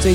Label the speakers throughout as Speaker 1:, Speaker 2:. Speaker 1: 最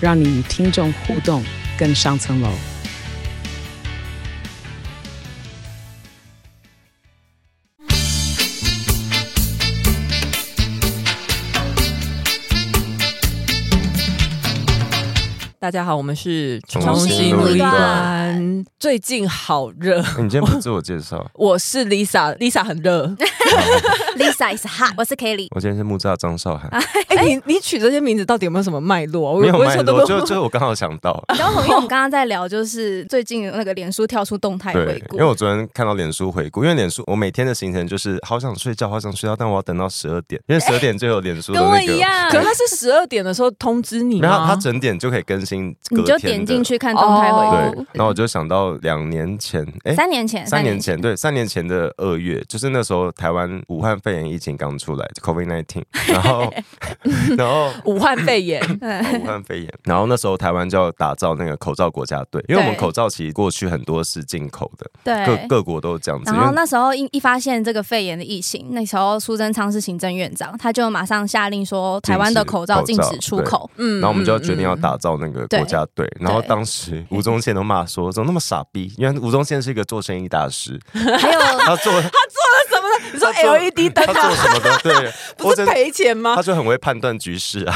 Speaker 1: 让你与听众互动更上层楼。
Speaker 2: 大家好，我们是
Speaker 3: 重新录一
Speaker 2: 段。最近好热，，
Speaker 3: 欸你今天不自我介绍
Speaker 2: 我是 Lisa，Lisa 很 热。
Speaker 4: Lisa is hot，我是 Kelly。
Speaker 3: 我今天是木栅张韶涵，
Speaker 2: 哎、你你取这些名字到底有没有什么脉络啊？我
Speaker 3: 没有
Speaker 2: 我
Speaker 3: 脉
Speaker 2: 说都
Speaker 3: 络，
Speaker 2: 不
Speaker 3: 就就我刚好想到，
Speaker 4: 然后，因为我们刚刚在聊，就是最近那个脸书跳出动态回
Speaker 3: 对，
Speaker 4: 顾
Speaker 3: 因为，我昨天看到脸书回顾，因为脸书我每天的行程就是好想睡觉，好想睡觉，但我要等到十二点，因为十二点就有脸书的
Speaker 4: 跟我
Speaker 3: 那
Speaker 4: 一
Speaker 3: 个，
Speaker 4: 样
Speaker 2: 可，是他是十二点的时候通知你
Speaker 3: 然后
Speaker 2: 吗？
Speaker 3: 它整点就可以更新隔
Speaker 4: 你
Speaker 3: 天的，
Speaker 4: 就点进去看动态回
Speaker 3: 对
Speaker 2: 哦
Speaker 4: 顾。，
Speaker 3: 然后我就想到两年前，哎、
Speaker 4: 三年前，
Speaker 3: 三年，前，对，三年前的二月，就是那时候台湾武汉肺炎疫情刚出来，COVID nineteen，然后，然后
Speaker 2: 武汉肺 炎，
Speaker 3: 啊武汉肺炎。然后那时候台湾就要打造那个口罩国家队，因为我们
Speaker 4: 对
Speaker 3: 口罩其实过去很多是进口的，各
Speaker 4: 对。
Speaker 3: 各国都是这样子。
Speaker 4: 然
Speaker 3: 因
Speaker 4: 后
Speaker 3: 为
Speaker 4: 那时候一一发现这个肺炎的疫情，那时候苏贞昌是行政院长，他就马上下令说，台湾的口罩禁止出口。
Speaker 2: 嗯
Speaker 3: 然后我们就要决定要打造那个国家队，然后
Speaker 4: 对
Speaker 3: 当时吴宗宪都骂说怎么那么傻逼，因为吴宗宪是一个做生意大师，
Speaker 4: 还有，
Speaker 3: 他做
Speaker 2: 什么的？嗯你说
Speaker 3: 他做
Speaker 2: LED 灯
Speaker 3: 他
Speaker 2: 啊
Speaker 3: 做？什么的，对，
Speaker 2: 不是
Speaker 3: 真
Speaker 2: 赔钱吗
Speaker 3: 他？就很会判断局势啊，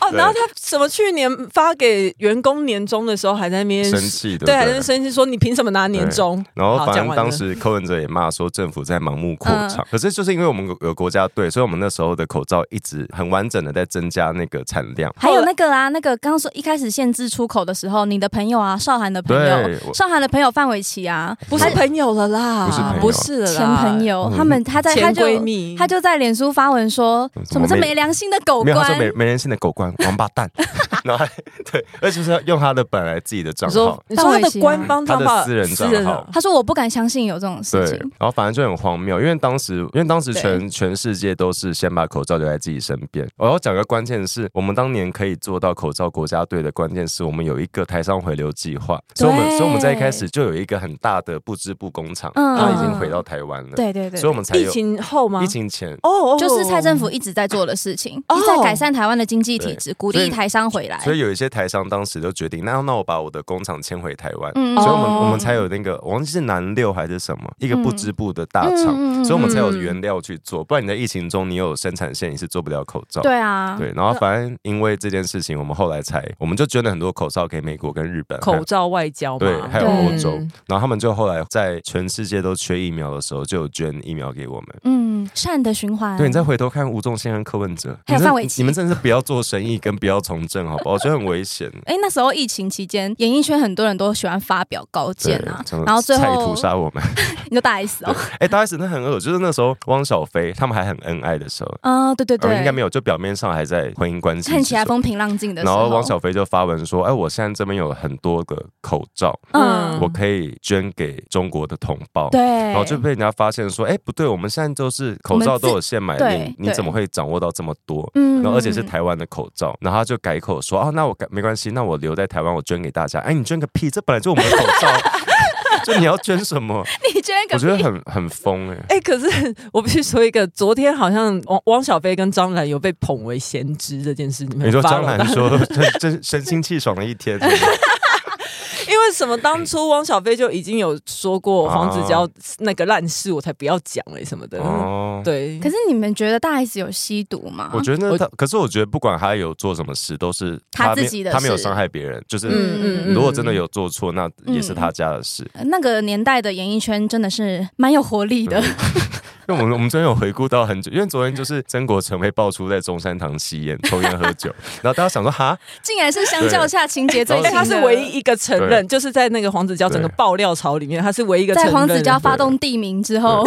Speaker 2: 哦，
Speaker 3: 对
Speaker 2: 然后他什么去年发给员工年终的时候还在那边
Speaker 3: 生气的，
Speaker 2: 对，还在那边生气说你凭什么拿年终？
Speaker 3: 然后
Speaker 2: 好
Speaker 3: 反
Speaker 2: 讲
Speaker 3: 正
Speaker 2: 完了
Speaker 3: 当时柯文哲也骂说政府在盲目扩
Speaker 2: 嗯
Speaker 3: 张，可是就是因为我们有有国家队，所以我们那时候的口罩一直很完整的在增加那个产量。
Speaker 4: 还有那个啊，那个刚刚说一开始限制出口的时候，你的朋友啊，少涵的朋
Speaker 3: 对
Speaker 4: 友，
Speaker 3: 我
Speaker 4: 少涵的朋友范玮琪啊，
Speaker 2: 不是朋友了啦，
Speaker 3: 不是朋友
Speaker 2: 不是了啦
Speaker 4: 前朋友，
Speaker 3: 嗯
Speaker 4: 他们他在他
Speaker 2: 前
Speaker 4: 就
Speaker 2: 闺蜜，
Speaker 4: 他就在脸书发文说
Speaker 3: 嗯：“
Speaker 4: 怎么这
Speaker 3: 怎么没
Speaker 4: 没良心的狗
Speaker 3: 没有，他说
Speaker 4: 官
Speaker 3: 没没人性的狗官，王八 蛋。然后还对，而且是用他的本来自己的账号，
Speaker 2: 你说他
Speaker 4: 啊
Speaker 2: 的官方
Speaker 3: 他
Speaker 2: 账号
Speaker 3: 的私人账号！”。
Speaker 4: 他说：“我不敢相信有这种
Speaker 3: 对
Speaker 4: 事，情。
Speaker 3: 然后反正就很荒谬，因为当时，因为当时
Speaker 4: 对
Speaker 3: 全全世界都是先把口罩留在自己身边。我要讲个关键是，我们当年可以做到口罩国家队的关键是我们有一个台商回流计划，所以我们
Speaker 4: 对
Speaker 3: 所以我们在一开始就有一个很大的布织布工厂，
Speaker 4: 嗯
Speaker 3: 它已经回到台湾了，”
Speaker 4: 对对对
Speaker 3: 所以我们才
Speaker 2: 疫
Speaker 3: 有
Speaker 2: 情后吗？
Speaker 3: 疫情前。
Speaker 2: 哦，哦
Speaker 4: 就是 蔡政府
Speaker 2: 哦
Speaker 4: 一直在做的事情，
Speaker 2: 哦
Speaker 4: 一直在改善台湾的经济体制，鼓
Speaker 3: 所
Speaker 4: 励
Speaker 3: 以
Speaker 4: 台商回来。
Speaker 3: 所以有一些台商当时就决定，那那我把我的工厂迁回台湾，
Speaker 4: 嗯
Speaker 3: 所以我们、
Speaker 2: 哦
Speaker 3: 我们才有那个，我忘记是南六还是什么一个不织布的大厂，
Speaker 4: 嗯嗯嗯嗯
Speaker 3: 所以我们才有原料去做，不然你在疫情中你有生产线你是做不了口罩。
Speaker 4: 对啊，
Speaker 3: 对然后反正因为这件事情，我们后来才我们就捐了很多口罩给美国跟日本，还
Speaker 2: 口
Speaker 3: 有
Speaker 2: 罩外交嘛，
Speaker 3: 对，还有
Speaker 4: 对
Speaker 3: 欧洲，然后他们就后来在全世界都缺疫苗的时候，就有捐疫苗给我们。
Speaker 4: 嗯，善的循环。
Speaker 3: 对，你再回头看吴宗宪跟柯文哲，
Speaker 4: 还有
Speaker 3: 你真
Speaker 4: 范玮琪
Speaker 3: 你们真的是不要做生意跟不要从政，好不好？我觉得很危 险。
Speaker 4: 哎，那时候疫情期间，演艺圈很多人都喜欢发表高见啊
Speaker 3: 对，
Speaker 4: 然后最
Speaker 3: 菜
Speaker 4: 后
Speaker 3: 屠杀我们。
Speaker 4: 你就大 S 哦，
Speaker 3: 哎、大 S 那很恶，就是那时候汪小菲他们还很恩爱的时候，
Speaker 4: 啊，对对
Speaker 3: 呃，应该
Speaker 4: 对
Speaker 3: 没，有，就表面上还在婚姻关系之中。
Speaker 4: 看起来风平浪静的时
Speaker 3: 然后
Speaker 4: 候，
Speaker 3: 汪小菲就发文说：“哎、我现在这边有很多个口罩，
Speaker 2: 嗯
Speaker 3: 我可以捐给中国的同胞。”
Speaker 4: 对，
Speaker 3: 然后就被人家发现说：“哎、不对，我们现在都是口罩都有限买
Speaker 4: 我们
Speaker 3: 令
Speaker 4: 自，
Speaker 3: 你
Speaker 4: 对
Speaker 3: 怎么会掌握到这么多？”
Speaker 4: 嗯
Speaker 3: 然后而且是台湾的口罩，然后他就改口说：“哦，那我改没关系，那我留在台湾，我捐给大家。”哎，你捐个屁，这本来就我们的口罩，啊 就你要捐什么？
Speaker 4: 你觉得
Speaker 3: 我觉得
Speaker 4: 个屁
Speaker 3: 很很疯哎、
Speaker 2: 哎、可是我必须说一个，昨天好像汪汪小菲跟张兰有被捧为先知这件事，你们
Speaker 3: 你说
Speaker 2: 有 follow
Speaker 3: 张
Speaker 2: 到
Speaker 3: 兰说真真神清气爽的一天，
Speaker 2: 因为什么？当初汪小菲就已经有说过
Speaker 3: 啊
Speaker 2: 黄子佼那个烂事，我才不要讲嘞、什么的。
Speaker 3: 哦，
Speaker 2: 对，
Speaker 4: 可是你们觉得大 S 有吸毒吗？
Speaker 3: 我觉得他，可是我觉得不管他有做什么事，都是
Speaker 4: 他
Speaker 3: 没
Speaker 4: 自己的
Speaker 3: 他没有
Speaker 4: 事
Speaker 3: 伤害别人，就是。
Speaker 4: 嗯
Speaker 3: 如果真的有做错，那也是
Speaker 4: 嗯
Speaker 3: 他家的事。
Speaker 4: 呃那个年代的演艺圈真的是蛮有活力
Speaker 3: 嗯
Speaker 4: 的，
Speaker 3: 因为我们我们昨天有回顾到很久，因为昨天就是曾国成被爆出在中山堂吸烟、抽烟、喝酒，然后大家想说哈，
Speaker 4: 竟然是相较下情节最
Speaker 2: 哎、
Speaker 4: 轻的。
Speaker 2: 他是唯一一个承认，就是在那个黄子佼整个
Speaker 3: 对
Speaker 2: 爆料潮里面，他是唯一一个承
Speaker 4: 在
Speaker 2: 认。
Speaker 4: 黄子佼发动地名之后，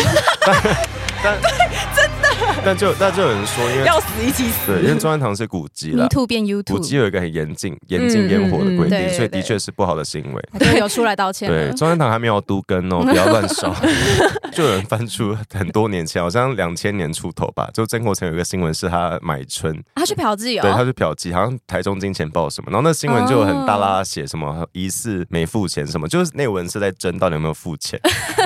Speaker 3: 但就但就有人说，因为
Speaker 2: 要死一起死。
Speaker 3: 对，因为中山堂是古迹啦
Speaker 4: ，Me，Too 变 You
Speaker 3: 古
Speaker 4: Too，
Speaker 3: 迹有一个很严禁严禁烟火的规
Speaker 2: 嗯嗯嗯
Speaker 4: 对
Speaker 3: 定，
Speaker 4: 对
Speaker 3: 所以的
Speaker 4: 对
Speaker 3: 确是不好的行为。
Speaker 4: 他就有出来道歉
Speaker 3: 对，
Speaker 4: 了。
Speaker 3: 中山堂还没有都跟哦，不要乱烧。 就有人翻出很多年前，好像两千年出头吧，就曾国成有一个新闻是他买春，
Speaker 4: 他去嫖妓
Speaker 3: 对，他
Speaker 4: 哦，
Speaker 3: 去嫖妓，好像台中金钱豹什么，然后那新闻就有很大拉写什么疑似没付钱什么，就是内文是在争到底有没有付 钱，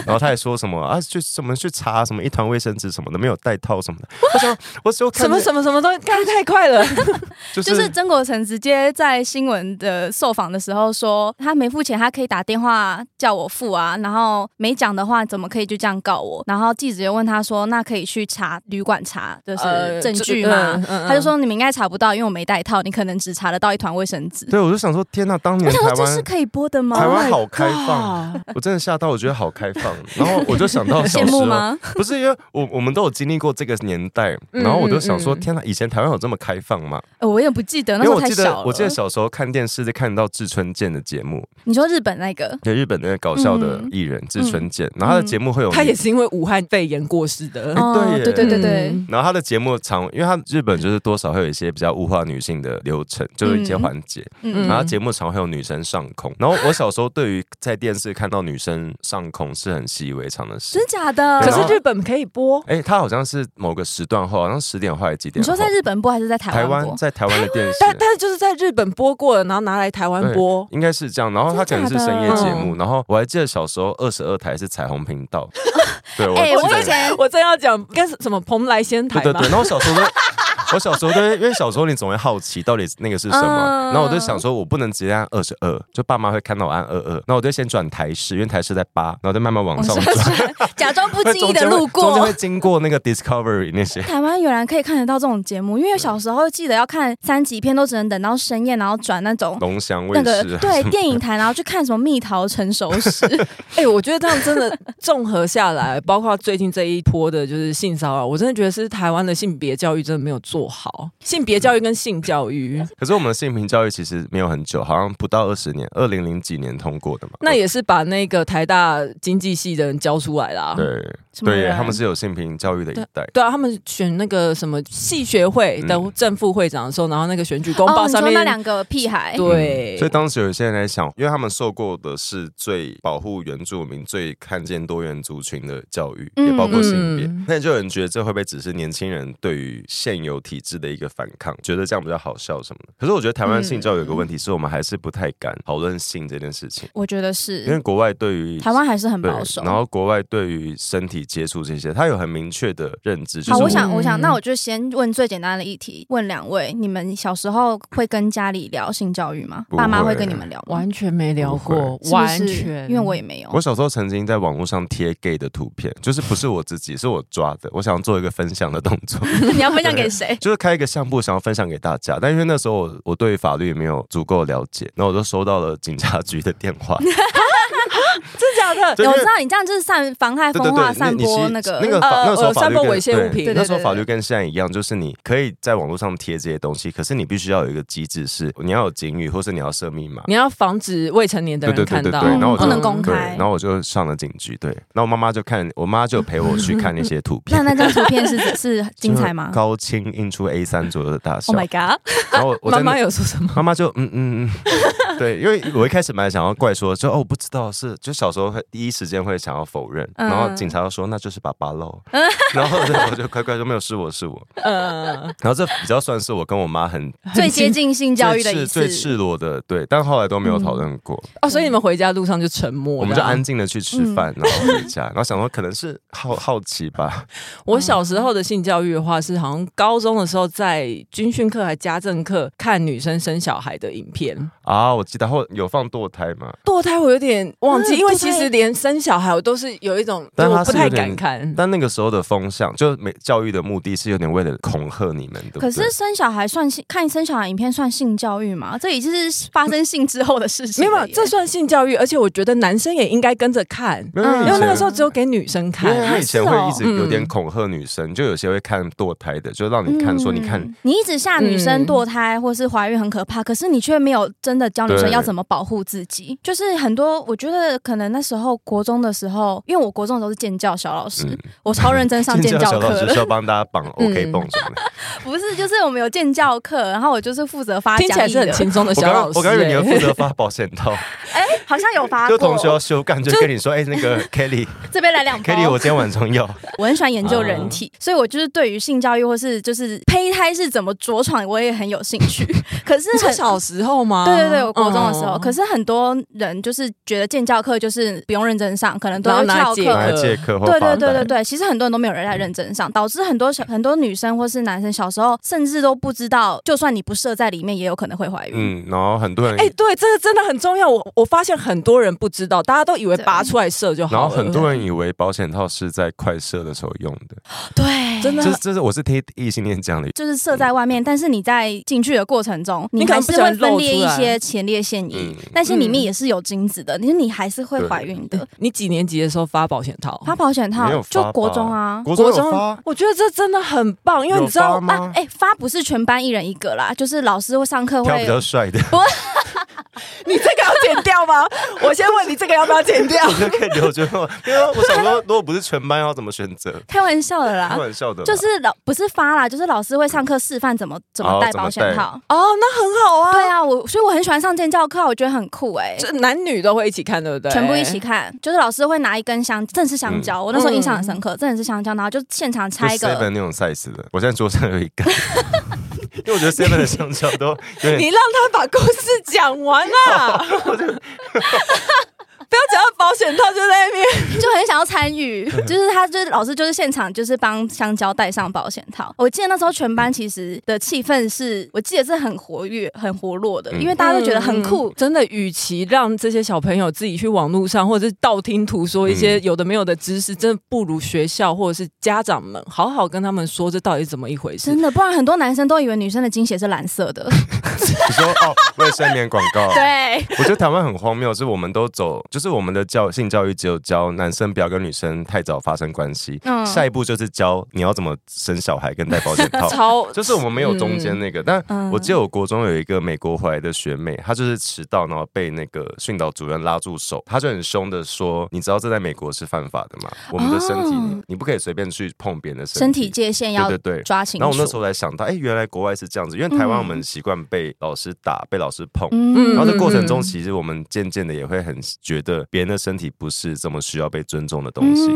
Speaker 3: 然后他还说什么啊，去什么去查什么一团卫生纸什么的，没有带套什么的， 我想我只有看
Speaker 2: 什么
Speaker 3: 见
Speaker 2: 什么什么都干得 太快了，
Speaker 3: 就
Speaker 4: 就是是曾国成直接在新闻的受访的时候说，他没付钱，他可以打电话叫我付啊，然后没讲的话，怎么可以就这样告我？然后记者又问他说，那可以去查旅馆查，就是证据嘛？
Speaker 2: 嗯？嗯
Speaker 4: 他就，说你们应该查不到，因为我没带套，你可能只查得到一团卫生纸。
Speaker 3: 对我就想说天呐，当
Speaker 4: 我
Speaker 3: 年
Speaker 4: 想
Speaker 3: 台
Speaker 4: 说这是
Speaker 3: 湾。
Speaker 4: 可以播的吗？
Speaker 3: 台
Speaker 2: Oh
Speaker 3: 湾
Speaker 2: my
Speaker 3: 好开放
Speaker 2: God
Speaker 3: 我真的吓到，我觉得好开放。然后我就想到小
Speaker 4: 羡
Speaker 3: 时
Speaker 4: 慕
Speaker 3: 候，
Speaker 4: 吗？
Speaker 3: 不是因为我我们都有经历过这个年代，
Speaker 2: 嗯
Speaker 3: 然后我就想说，
Speaker 2: 嗯嗯
Speaker 3: 天呐，以前台湾有这么开放吗？
Speaker 4: 呃我有点不记得，那
Speaker 3: 因
Speaker 4: 时
Speaker 3: 为我
Speaker 4: 候太
Speaker 3: 记
Speaker 4: 小
Speaker 3: 得
Speaker 4: 了。
Speaker 3: 我记得小时候看电视是看到志村健的节目，
Speaker 4: 你说日本那个，
Speaker 3: 对日本那个搞笑的
Speaker 4: 嗯
Speaker 3: 艺人志村健，然后他的节目会有
Speaker 2: 他也是因为武汉肺炎过世的。
Speaker 3: 哎
Speaker 4: 哦
Speaker 3: 对耶
Speaker 4: 对对对对，
Speaker 2: 嗯，
Speaker 3: 然后他的节目常，因为他日本就是多少会有一些比较物化女性的流程，就是一些
Speaker 4: 嗯
Speaker 3: 环节，
Speaker 4: 嗯
Speaker 3: 然后他节目常会有女生上空。然后我小时候对于在电视看到女生上空是很习以为常的事
Speaker 4: 真。假的？
Speaker 2: 可
Speaker 3: 然后
Speaker 2: 是日本可以播，
Speaker 3: 哎，他好像是某个时段后，好像十点后还是几点
Speaker 4: 你
Speaker 3: 后？
Speaker 4: 说在日本播还是在
Speaker 3: 台
Speaker 4: 台湾
Speaker 3: 湾
Speaker 4: 播？
Speaker 3: 在台湾的电视，
Speaker 2: 但但是就是在日本播过了，然后拿来台湾
Speaker 3: 对
Speaker 2: 播。
Speaker 3: 应该是这样。然后它可
Speaker 4: 真
Speaker 3: 能
Speaker 4: 的
Speaker 3: 是
Speaker 4: 假的
Speaker 3: 深夜节目，然后我还记得小时候二十二台是彩虹频 道，对，我
Speaker 4: 哎，
Speaker 3: 记
Speaker 4: 我
Speaker 3: 得
Speaker 4: 以前
Speaker 2: 我正要讲，该是什么蓬莱仙台
Speaker 3: 对对
Speaker 2: 吗
Speaker 3: 对，？然后小时候都。 我小时候都会因为小时候你总会好奇到底那个是什么，
Speaker 4: 嗯
Speaker 3: 然后我就想说，我不能直接按二十二，就爸妈会看到我按二二，那我就先转台式，因为台式在八，然后再慢慢往
Speaker 4: 我
Speaker 3: 上
Speaker 4: 想
Speaker 3: 转，
Speaker 4: 起来，假装哦不
Speaker 3: 会
Speaker 4: 经
Speaker 3: 中
Speaker 4: 意的
Speaker 3: 间会
Speaker 4: 路
Speaker 3: 中间
Speaker 4: 过
Speaker 3: 会。经过那个 Discovery 那些，
Speaker 4: 台湾原来可以看得到这种节目，因为小时候记得要看三级片，都只能等到深夜，然后转那种
Speaker 3: 龙翔卫
Speaker 4: 那
Speaker 3: 视，
Speaker 4: 个 对电影台，然后去看什么《蜜桃成熟时》。
Speaker 2: 哎、我觉得这样真的综合下来，包括最近这一波的就是性骚扰，我真的觉得是台湾的性别教育真的没有做好，性别教育跟性教育，
Speaker 3: 可是我们的性平教育其实没有很久，好像不到二十年，二零零几年通过的嘛，
Speaker 2: 那也是把那个台大经济系的人教出来啦。
Speaker 3: 对
Speaker 4: 什么
Speaker 3: 对耶，
Speaker 4: 人
Speaker 3: 他们是有性平教育的一代。
Speaker 2: 对啊，他们选那个什么系学会的
Speaker 3: 嗯
Speaker 2: 正副会长的时候，然后那个选举公
Speaker 4: 哦，
Speaker 2: 报
Speaker 4: 你
Speaker 2: 上
Speaker 4: 说
Speaker 2: 面，
Speaker 4: 那两个哎屁孩，
Speaker 2: 对，
Speaker 3: 所以当时有些人在想，因为他们受过的是最保护原住民、最看见多元族群的教育，
Speaker 4: 嗯
Speaker 3: 也包括性别
Speaker 2: 嗯。
Speaker 3: 那就有人觉得这会不会只是年轻人对于现有体制的一个反抗，觉得这样比较好笑什么的？可是我觉得台湾
Speaker 4: 嗯
Speaker 3: 性教育有个问题，是我们还是不太敢讨论性这件事情，
Speaker 4: 我觉得
Speaker 3: 因为
Speaker 4: 是
Speaker 3: 国外对于
Speaker 4: 台湾还是嗯很
Speaker 3: 对
Speaker 4: 保守，。
Speaker 3: 然后国外对于身体接触这些，他有很明确的认知。就是
Speaker 4: 好，
Speaker 2: 我
Speaker 4: 我想，我
Speaker 2: 嗯
Speaker 4: 想，那我就先问最简单的议题，问两位：你们小时候会跟家里聊性教育吗？
Speaker 3: 不
Speaker 4: 爸妈
Speaker 3: 会
Speaker 4: 会跟你们聊吗？
Speaker 2: 完全没聊过，
Speaker 4: 是不是
Speaker 2: 完全，
Speaker 4: 因为我也没有
Speaker 3: 我。小时候曾经在网络上贴 gay 的图片，就是不是我自 己，是我抓的。我想做一个分享的动作，
Speaker 4: 你要分享 给谁？
Speaker 3: 就是开一个项目，想要分享给大家。但因为那时候我我对法律也没有足够了解，然后我就收到了警察局的电 话。
Speaker 2: 真假的，
Speaker 3: 对因
Speaker 4: 我
Speaker 3: 为
Speaker 4: 知道你这样就是散妨害
Speaker 3: 对
Speaker 4: 风
Speaker 3: 对
Speaker 4: 化、
Speaker 3: 对，
Speaker 4: 散
Speaker 3: 你你
Speaker 4: 播
Speaker 3: 其
Speaker 4: 那个
Speaker 3: 那个
Speaker 2: 呃
Speaker 3: 法那时候
Speaker 2: 呃
Speaker 3: 法律
Speaker 2: 散播
Speaker 3: 跟
Speaker 2: 猥亵
Speaker 3: 对
Speaker 2: 物品
Speaker 4: 对对
Speaker 3: 那时候
Speaker 4: 对
Speaker 3: 法律跟现在一样，就是你可以在网络上贴这些东西，可是你必须要有一个机制，是你要有警语，或是你要设密码。
Speaker 2: 你要防止未成年的
Speaker 3: 对
Speaker 2: 人
Speaker 3: 对对
Speaker 2: 看
Speaker 3: 对
Speaker 2: 到，
Speaker 3: 对，然后我就嗯
Speaker 4: 不能公
Speaker 3: 对
Speaker 4: 开
Speaker 3: 然后我就上了警局。对，然后我妈妈就看，我妈就陪我去看那些图片。
Speaker 4: 那那张图片是 是精彩吗
Speaker 3: 就是高清印出 A 三左右的大小。
Speaker 4: ？Oh my god！
Speaker 3: 然后我我
Speaker 2: 妈
Speaker 3: 在
Speaker 2: 妈
Speaker 3: 那
Speaker 2: 有说 什么？
Speaker 3: 妈妈就嗯嗯嗯，对，因为我一开始本来想要怪说，就哦我不知道是，就小时候会第一时间会想要否认，
Speaker 4: 嗯
Speaker 3: 然后警察就说那就是爸爸喽， 然后对我就乖乖说没有是我是我，
Speaker 2: 呃，
Speaker 3: 然后这比较算是我跟我妈很
Speaker 4: 最接近性教育的
Speaker 3: 最
Speaker 4: 一
Speaker 3: 赤最
Speaker 4: 次，嗯
Speaker 3: 赤裸的对，但后来都没有讨论过，
Speaker 2: 哦，所以你们回家路上就沉默了，
Speaker 3: 我们就安静的去吃饭，
Speaker 4: 嗯
Speaker 3: 然后回家，然后想说可能是好好奇吧，
Speaker 2: 我小时候的性教育的话，是好像高中的时候在军训课还家政课看女生生小孩的影片。
Speaker 3: 啊，我记得后有放堕胎嘛，
Speaker 2: 堕胎我有点忘记，
Speaker 4: 嗯
Speaker 2: 因为
Speaker 4: 堕
Speaker 2: 其
Speaker 4: 胎
Speaker 2: 实连生小孩我都是有一种，
Speaker 3: 但
Speaker 2: 就
Speaker 3: 它
Speaker 2: 我
Speaker 3: 是
Speaker 2: 不
Speaker 3: 有
Speaker 2: 太
Speaker 3: 点
Speaker 2: 敢看。
Speaker 3: 但那个时候的风向，就没教育的目的是有点为了恐吓你们，对不对？
Speaker 4: 可是生小孩算性看生小孩影片算性教育吗？这已经是发生性之后的事情
Speaker 2: 没
Speaker 4: 了耶。
Speaker 2: 有，这算性教育，而且我觉得男生也应该跟着看，
Speaker 3: 没有因为以
Speaker 4: 嗯
Speaker 2: 因为那
Speaker 3: 前
Speaker 2: 个时候只有给女生
Speaker 3: 因为因为
Speaker 2: 看
Speaker 3: 以。前
Speaker 4: 哦
Speaker 3: 会一直有点
Speaker 2: 嗯
Speaker 3: 恐吓女生，就有些会看堕胎的，就让
Speaker 4: 嗯
Speaker 3: 你看说，你看，嗯
Speaker 4: 嗯，你一直吓女生堕胎或是怀孕很可怕，可是你却没有真的教女生
Speaker 3: 对
Speaker 4: 要怎么保护自己，就是很多我觉得可能那时候国中的时候，因为我国中的时候是建教小老师，
Speaker 3: 嗯
Speaker 4: 我超认真上建教
Speaker 3: 小
Speaker 4: 课嗯
Speaker 3: 老师
Speaker 4: 的
Speaker 3: 是，要帮大家绑 OK 泵什么的。
Speaker 4: 不是就是我们有建教课，然后我就是负责发
Speaker 2: 听起
Speaker 4: 讲
Speaker 2: 来
Speaker 4: 义
Speaker 2: 是很
Speaker 4: 的，
Speaker 2: 轻松的
Speaker 3: 我
Speaker 2: 小
Speaker 3: 刚
Speaker 2: 老
Speaker 3: 刚
Speaker 2: 师、
Speaker 3: 我刚以为你要
Speaker 2: 欸
Speaker 3: 负责发保险套，
Speaker 4: 哎、好像有 发
Speaker 3: 就
Speaker 4: 过，
Speaker 3: 同学要休干就
Speaker 2: 就
Speaker 3: 跟你 说，哎，那个 Kelly
Speaker 4: 这边来 两包。
Speaker 3: Kelly，我今天啊晚上要。
Speaker 4: 我很喜欢研究人体，所以我就是对于性教育或是就是胚胎是怎么着床，我也很有兴趣。 可是
Speaker 2: 你说
Speaker 4: 很
Speaker 2: 小时候吗？
Speaker 4: 对对对，我国中的时候，
Speaker 2: 啊嗯
Speaker 4: 可是很多人就是觉得建教课就是不用认真上，可能都
Speaker 2: 然后
Speaker 4: 要
Speaker 2: 拿来
Speaker 4: 翘
Speaker 2: 借
Speaker 4: 课
Speaker 2: 口。
Speaker 3: 拿来借课或
Speaker 4: 对
Speaker 3: 发
Speaker 4: 对对对
Speaker 3: 呆
Speaker 4: 对，其实很多人都没有人在认真上，导致很多小很多女生或是男生小时候甚至都不知道，就算你不射在里面，也有可能会怀孕。
Speaker 3: 嗯，然后很多人
Speaker 2: 哎、，对，这个真的很重要。我我发现很多人不知道，大家都以为
Speaker 4: 对
Speaker 2: 拔出来射就好
Speaker 3: 然
Speaker 2: 了。
Speaker 3: 后很多人以为保险套是在快射的时候用的，
Speaker 4: 对，
Speaker 2: 真的
Speaker 3: 这这是我是听异性恋讲的，
Speaker 4: 就是射在外面，但是你在进去的过程中，
Speaker 2: 你
Speaker 4: 你
Speaker 2: 可能
Speaker 4: 还
Speaker 2: 不
Speaker 4: 是
Speaker 2: 小
Speaker 4: 会
Speaker 2: 心
Speaker 4: 分
Speaker 2: 露
Speaker 4: 裂
Speaker 2: 出
Speaker 4: 一
Speaker 2: 来
Speaker 4: 些前列腺液
Speaker 3: 嗯，
Speaker 4: 但是里
Speaker 2: 嗯
Speaker 4: 面也是有精子的，你你还是会怀孕的。
Speaker 2: 你几年级的时候发保险套？
Speaker 4: 发保险
Speaker 3: 没有
Speaker 4: 套
Speaker 3: 发
Speaker 4: 就
Speaker 3: 吧
Speaker 4: 国中啊，
Speaker 3: 国中有发，
Speaker 2: 我觉得这真的很棒，因为你知
Speaker 3: 有
Speaker 2: 道
Speaker 3: 发，吗
Speaker 4: 啊，哎、发不是全班一人一个啦，就是老师会上课
Speaker 3: 挑比
Speaker 4: 会
Speaker 3: 较帅的
Speaker 2: 你这个要剪掉吗？我先问你，这个要不要剪掉？
Speaker 3: 就可以留着 用，因为啊我想说，如果不是全班要怎么选择？
Speaker 4: 开玩笑的啦
Speaker 3: 开，玩笑的啦，
Speaker 4: 啊就是老不是发啦，就是老师会上课示范怎么怎么
Speaker 3: 哦
Speaker 4: 戴
Speaker 3: 怎么
Speaker 4: 保险
Speaker 3: 戴
Speaker 4: 套。
Speaker 2: 哦，那很好啊。
Speaker 4: 对啊，我所以我很喜欢上建教课，我觉得很酷哎、
Speaker 2: 这男女都会一起看，对不对？
Speaker 4: 全部一起看，就是老师会拿一根香，正是香
Speaker 3: 嗯
Speaker 4: 蕉。我那时候印象
Speaker 2: 嗯
Speaker 4: 很深刻，正是香蕉，然后就现场
Speaker 3: 就
Speaker 4: 拆一
Speaker 3: seven
Speaker 4: 个。
Speaker 3: 那种 size 的，我现在桌上有一个， 因为我觉得 seven 的香蕉都有
Speaker 2: 你
Speaker 3: 点。
Speaker 2: 让他把故事讲完啊！ 不要讲到保险套就在那边。
Speaker 4: 就很想要 参与，就是他就是老师就是现场就是帮香蕉戴上保险套。我记得那时候全班其实的气氛是我记得是很活跃、很活络的，因为大家都觉得很酷
Speaker 2: 嗯。真的，与其让这些小朋友自己去网络上或者是道听途说一
Speaker 4: 嗯
Speaker 2: 些有的没有的知识，真的不如学校或者是家长们好好跟他们说这到底是怎么一回事
Speaker 4: 真。的，不然很多男生都以为女生的精血是蓝色的。
Speaker 3: 你 说哦，卫生棉广告，
Speaker 4: 对，
Speaker 3: 我觉得台湾很荒谬，是我们都走，就是我们的教性教育只有教男生不要跟女生太早发生关系，
Speaker 4: 嗯
Speaker 3: 下一步就是教你要怎么生小孩跟戴保险套。
Speaker 2: 超
Speaker 3: 就是我们没有中间那个，但
Speaker 4: 嗯
Speaker 3: 我记得我国中有一个美国回来的学妹，她就是迟到，然后被那个训导主任拉住手，她就很凶的说：“你知道这在美国是犯法的吗？我们的身体，
Speaker 4: 哦
Speaker 3: 你不可以随便去碰别人的身
Speaker 4: 身
Speaker 3: 体
Speaker 4: 体。”界限要
Speaker 3: 对对对
Speaker 4: 抓清楚。
Speaker 3: 然后我那时候才想到，哎，原来国外是这样子，因为台湾
Speaker 4: 嗯
Speaker 3: 我们习惯被老师打、被老师碰，
Speaker 4: 嗯
Speaker 3: 然后这过程
Speaker 2: 嗯嗯
Speaker 3: 中，
Speaker 2: 嗯
Speaker 3: 其实我们渐渐的也会很觉得别人的身体不是这么需要被尊重的东西，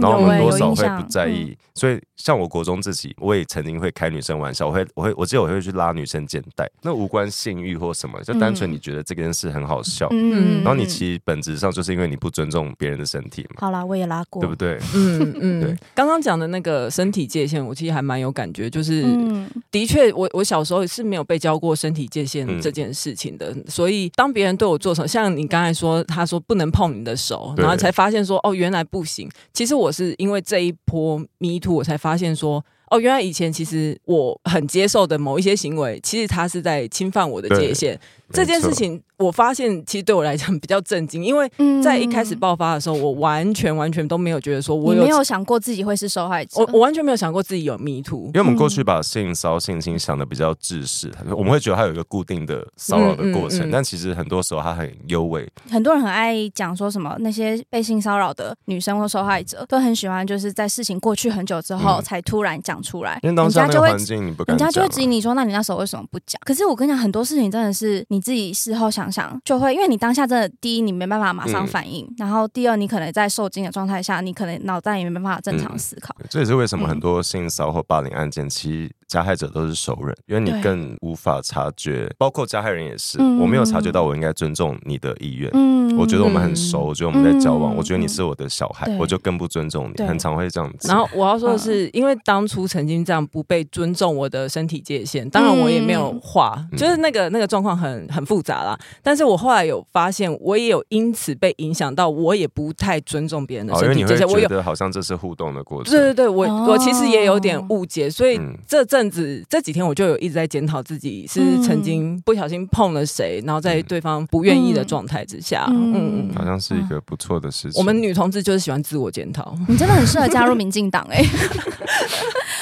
Speaker 3: 然后我们
Speaker 4: 有欸
Speaker 3: 多少会
Speaker 4: 有印
Speaker 3: 不
Speaker 4: 象
Speaker 3: 在
Speaker 4: 嗯
Speaker 3: 意。哦所以像我国中自己，我也曾经会开女生玩笑，我会我会我记得我会去拉女生肩带，那无关性欲或什么，就单纯
Speaker 4: 嗯
Speaker 3: 你觉得这件事很好笑，
Speaker 4: 嗯
Speaker 3: 然后你
Speaker 4: 嗯
Speaker 3: 其实本质上就是因为你不尊重别人的身体嘛，
Speaker 4: 好啦，我也拉过，
Speaker 3: 对不对？
Speaker 2: 嗯嗯
Speaker 3: 对，
Speaker 2: 刚刚讲的那个身体界限，我其实还蛮有感觉，就是。
Speaker 4: 嗯，
Speaker 2: 的确，我我小时候是没有被教过身体界限
Speaker 3: 嗯
Speaker 2: 这件事情的，所以当别人对我做成像你刚才说，他说不能碰你的手，
Speaker 3: 对
Speaker 2: 然后才发现说哦，原来不行。其实我是因为这一波 Me Too，我才发现说哦，原来以前其实我很接受的某一些行为，其实他是在侵犯我的界限。这件事
Speaker 3: 没错，
Speaker 2: 情，我发现其实对我来讲比较震惊，因为
Speaker 4: 嗯
Speaker 2: 在一开始爆发的时候，我完全完全都没有觉得说我
Speaker 4: 你
Speaker 2: 有
Speaker 4: 没有想过自己会是受害者，
Speaker 2: 我我完全没有想过自己有 Me Too
Speaker 3: 因。为我
Speaker 4: 嗯
Speaker 3: 们过去把性骚性侵想的比较制式，我们会觉得它有一个固定的骚扰的过
Speaker 2: 嗯嗯
Speaker 3: 程
Speaker 2: 嗯，
Speaker 3: 但其实很多时候它很优美，
Speaker 4: 很多人很爱讲说什么那些被性骚扰的女生或受害者都很喜欢，就是在事情过去很久之后
Speaker 3: 嗯
Speaker 4: 才突然讲出来，
Speaker 3: 因为当
Speaker 4: 人
Speaker 3: 下
Speaker 4: 家
Speaker 3: 那
Speaker 4: 就
Speaker 3: 个
Speaker 4: 会
Speaker 3: 环境你不敢
Speaker 4: 人
Speaker 3: 讲
Speaker 4: 家
Speaker 3: 啊，
Speaker 4: 就会质疑你说，那你那时候为什么不讲？可是我跟你讲，很多事情真的是你自己事后想想就会，因为你当下真的第一你没办法马上
Speaker 3: 嗯
Speaker 4: 反应，然后第二你可能在受惊的状态下，你可能脑袋也没办法正常
Speaker 3: 嗯
Speaker 4: 思考。
Speaker 3: 这也是为什么
Speaker 4: 嗯
Speaker 3: 很多性骚扰或霸凌案件，其实加害者都是熟人，因为
Speaker 4: 对
Speaker 3: 你更无法察觉，包括加害人也是，
Speaker 4: 嗯
Speaker 3: 我没有察觉到我应该尊重你的意愿。
Speaker 4: 嗯
Speaker 3: 我觉得我们很熟，我觉得我们在交往，
Speaker 4: 嗯
Speaker 3: 我觉得你是我的小孩
Speaker 4: 对，
Speaker 3: 我就更不尊重你，
Speaker 4: 对
Speaker 3: 很常会这样子。
Speaker 2: 然后我要说的是，因为当初曾经这样不被尊重我的身体界限，当然我也没有话，
Speaker 3: 嗯
Speaker 2: 就是那个那个状况很很复杂啦。但是我后来有发现，我也有因此被影响到，我也不太尊重别人的
Speaker 3: 哦，因
Speaker 2: 身
Speaker 3: 为
Speaker 2: 体
Speaker 3: 你
Speaker 2: 界
Speaker 3: 会
Speaker 2: 限。我
Speaker 3: 觉
Speaker 2: 有
Speaker 3: 得好像这是互动的过
Speaker 2: 对对
Speaker 3: 程，
Speaker 2: 对，我、
Speaker 4: 哦
Speaker 2: 我其实也有点误解，所以
Speaker 3: 嗯
Speaker 2: 这阵子这几天我就有一直在检讨自己是
Speaker 4: 嗯
Speaker 2: 曾经不小心碰了谁，然后在
Speaker 3: 嗯
Speaker 2: 对方不愿意的状态之下，嗯
Speaker 4: 嗯
Speaker 2: 嗯嗯
Speaker 3: 好像是一个不错的事情。
Speaker 2: 我们女同志就是喜欢自我检讨，
Speaker 4: 你真的很适合加入民进党哎、欸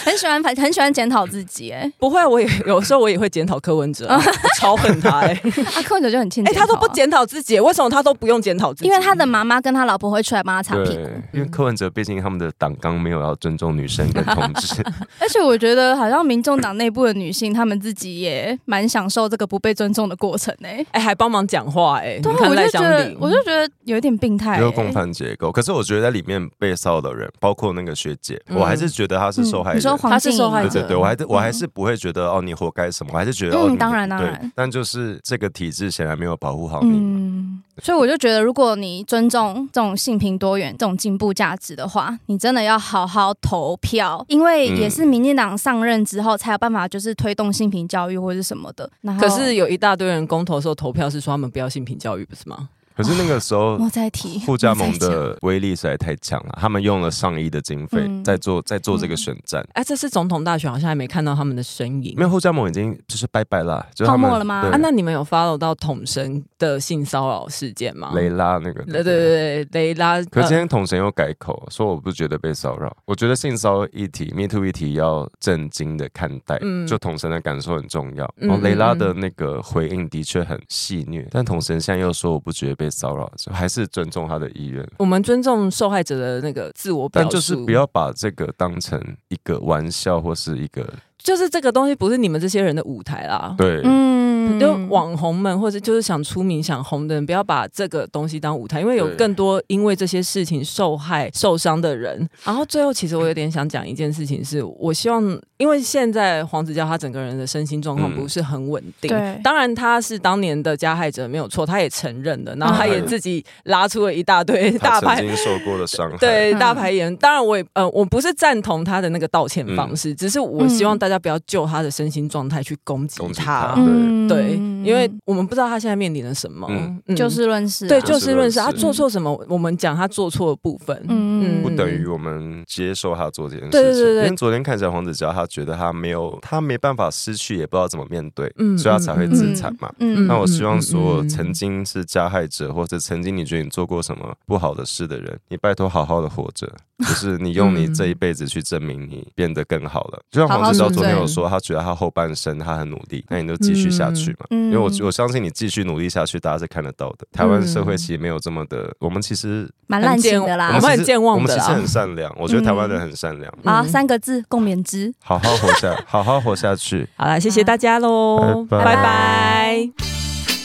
Speaker 4: 很喜欢反很喜欢检讨自己哎、
Speaker 2: 不会，我也有时候我也会检讨柯文哲 啊，我超恨他哎、欸，
Speaker 4: 啊，柯文哲就很欠
Speaker 3: 哎
Speaker 4: 检讨啊、
Speaker 2: 他都不检讨自己，为什么他都不用检讨自己？
Speaker 4: 因为他的妈妈跟他老婆会出来帮他擦屁
Speaker 3: 对
Speaker 4: 股，，嗯
Speaker 3: 因为柯文哲毕竟他们的党纲没有要尊重女生跟同志，
Speaker 4: 而且我觉得好像民众党内部的女性，她们自己也蛮享受这个不被尊重的过程哎、
Speaker 2: 哎、还帮忙讲话哎、你
Speaker 4: 对啊，
Speaker 2: 看
Speaker 4: 我
Speaker 2: 赖
Speaker 4: 就觉
Speaker 2: 香
Speaker 4: 得
Speaker 2: 林，
Speaker 4: 我就觉得有一点病态、
Speaker 3: 就是共
Speaker 4: 欸。
Speaker 3: 犯结构。可是我觉得在里面被骚扰的人，包括那个学姐，
Speaker 2: 嗯
Speaker 3: 我还是觉得她是受害
Speaker 4: 嗯你说
Speaker 3: 人。
Speaker 4: 黄
Speaker 2: 她是
Speaker 4: 静
Speaker 2: 受害
Speaker 3: 对
Speaker 2: 者
Speaker 3: 对对，我还是我还是不会觉得哦，你活该什么，我还是觉得哦，
Speaker 4: 嗯
Speaker 3: 你
Speaker 4: 当然
Speaker 3: 对
Speaker 4: 当然
Speaker 3: 但就是这个体制显然没有保护好你。
Speaker 4: 嗯，所以我就觉得，如果你尊重这种性平多元、这种进步价值的话，你真的要好好投票，因为也是民进党上任之后才有办法，就是推动性平教育或者什么的。然后
Speaker 2: 可是有一大堆人公投的时候投票是说他们不要性平教育，不是
Speaker 4: 嗯
Speaker 2: 吗？
Speaker 3: 可是那个时候，
Speaker 4: 莫再提
Speaker 3: 互加盟
Speaker 4: 莫再讲
Speaker 3: 的威力实在太强了，他们用了上亿的经费
Speaker 4: 嗯
Speaker 3: 在做在做这个选战。
Speaker 2: 哎，这次总统大选好像还没看到他们的身影
Speaker 3: 没。有互加盟已经就是拜拜了，就是他们
Speaker 4: 泡沫了吗
Speaker 3: 对
Speaker 2: 啊，那你们有 follow 到统神的性骚扰事件吗？
Speaker 3: 雷拉那个，
Speaker 2: 对对对对，雷拉。
Speaker 3: 可今
Speaker 2: 呃
Speaker 3: 天统神又改口说，我不觉得被骚扰，我觉得性骚扰议题、Me Too 议题要震惊的看待，
Speaker 2: 嗯
Speaker 3: 就统神的感受很重要。
Speaker 2: 嗯
Speaker 3: 然后雷拉的那个回应的确很戏虐，但统神现在又说我不觉得被骚扰，就还是尊重他的意愿，
Speaker 2: 我们尊重受害者的那个自我表
Speaker 3: 但
Speaker 2: 述，
Speaker 3: 就是不要把这个当成一个玩笑或是一个
Speaker 2: 就是这个东西不是你们这些人的舞台啦。
Speaker 3: 对。
Speaker 4: 嗯
Speaker 2: 就网红们，或者就是想出名、想红的人，不要把这个东西当舞台，因为有
Speaker 3: 对
Speaker 2: 更多因为这些事情受害、受伤的人。
Speaker 3: 嗯
Speaker 2: 然后最后，其实我有点想讲一件事情是，我希望，因为现在黄子佼他整个人的身心状况
Speaker 3: 嗯
Speaker 2: 不是很稳定。
Speaker 4: 对
Speaker 2: 当然他是当年的加害者没有错，他也承认了，然后他也
Speaker 3: 嗯
Speaker 2: 自己拉出了一大堆大
Speaker 3: 他
Speaker 2: 牌
Speaker 3: 曾经受 过的伤害，
Speaker 2: 对
Speaker 4: 嗯
Speaker 2: 大牌演，当然我也呃，我不是赞同他的那个道歉方
Speaker 3: 嗯
Speaker 2: 式，只是我希望大家不要就他的身心状态去攻击
Speaker 3: 攻击
Speaker 2: 他。
Speaker 3: 他
Speaker 4: 嗯
Speaker 2: 对，因为我们不知道他现在面临了什么，
Speaker 3: 嗯
Speaker 2: 嗯
Speaker 4: 就。事论事啊、
Speaker 2: 对，嗯
Speaker 3: 就
Speaker 2: 就
Speaker 3: 事
Speaker 2: 事
Speaker 3: 论
Speaker 2: 论
Speaker 3: 事
Speaker 2: 事，他做错什么，我们讲他做错的部分。
Speaker 4: 嗯
Speaker 2: 嗯，
Speaker 3: 啊不等于我们接受他做这件事情。
Speaker 2: 对对对对
Speaker 3: 因为昨天看起来黄子佼他觉得他没有，他没办法失去，也不知道怎么面对，
Speaker 2: 嗯
Speaker 3: 所以他才会自残嘛。
Speaker 4: 嗯
Speaker 3: 那我希望所有
Speaker 2: 嗯嗯嗯
Speaker 3: 曾经是加害者，或者曾经你觉得你做过什么不好的事的人，你拜托好好的活着，就是你用你
Speaker 2: 嗯
Speaker 3: 这一辈子去证明你变得更好了。就像黄子佼昨天有说，他觉得他后半生他很努力，那你就继续下去嘛。
Speaker 4: 嗯
Speaker 3: 因为我我相信你继续努力下去，大家是看得到的。台湾社会其实没有这么的，我们其实
Speaker 4: 蛮滥情的
Speaker 2: 嗯
Speaker 3: 我
Speaker 2: 啊我
Speaker 4: 啦
Speaker 2: 们。很
Speaker 3: 其实
Speaker 2: 健忘的
Speaker 3: 我们其实
Speaker 2: 啦
Speaker 3: 很善良，我觉得台湾人很善良，
Speaker 2: 嗯
Speaker 4: 好，三个字，共勉之。
Speaker 3: 好好活下，好好活下去。
Speaker 2: 好啦，谢谢大家喽，
Speaker 3: 拜拜
Speaker 2: 拜拜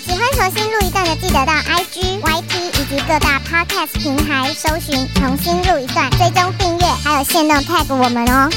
Speaker 5: 喜欢重新录一段的，记得到 IG、YT 以及各大 Podcast 平台搜寻“重新录一段”，追踪订阅，还有限定 tag 我们哦。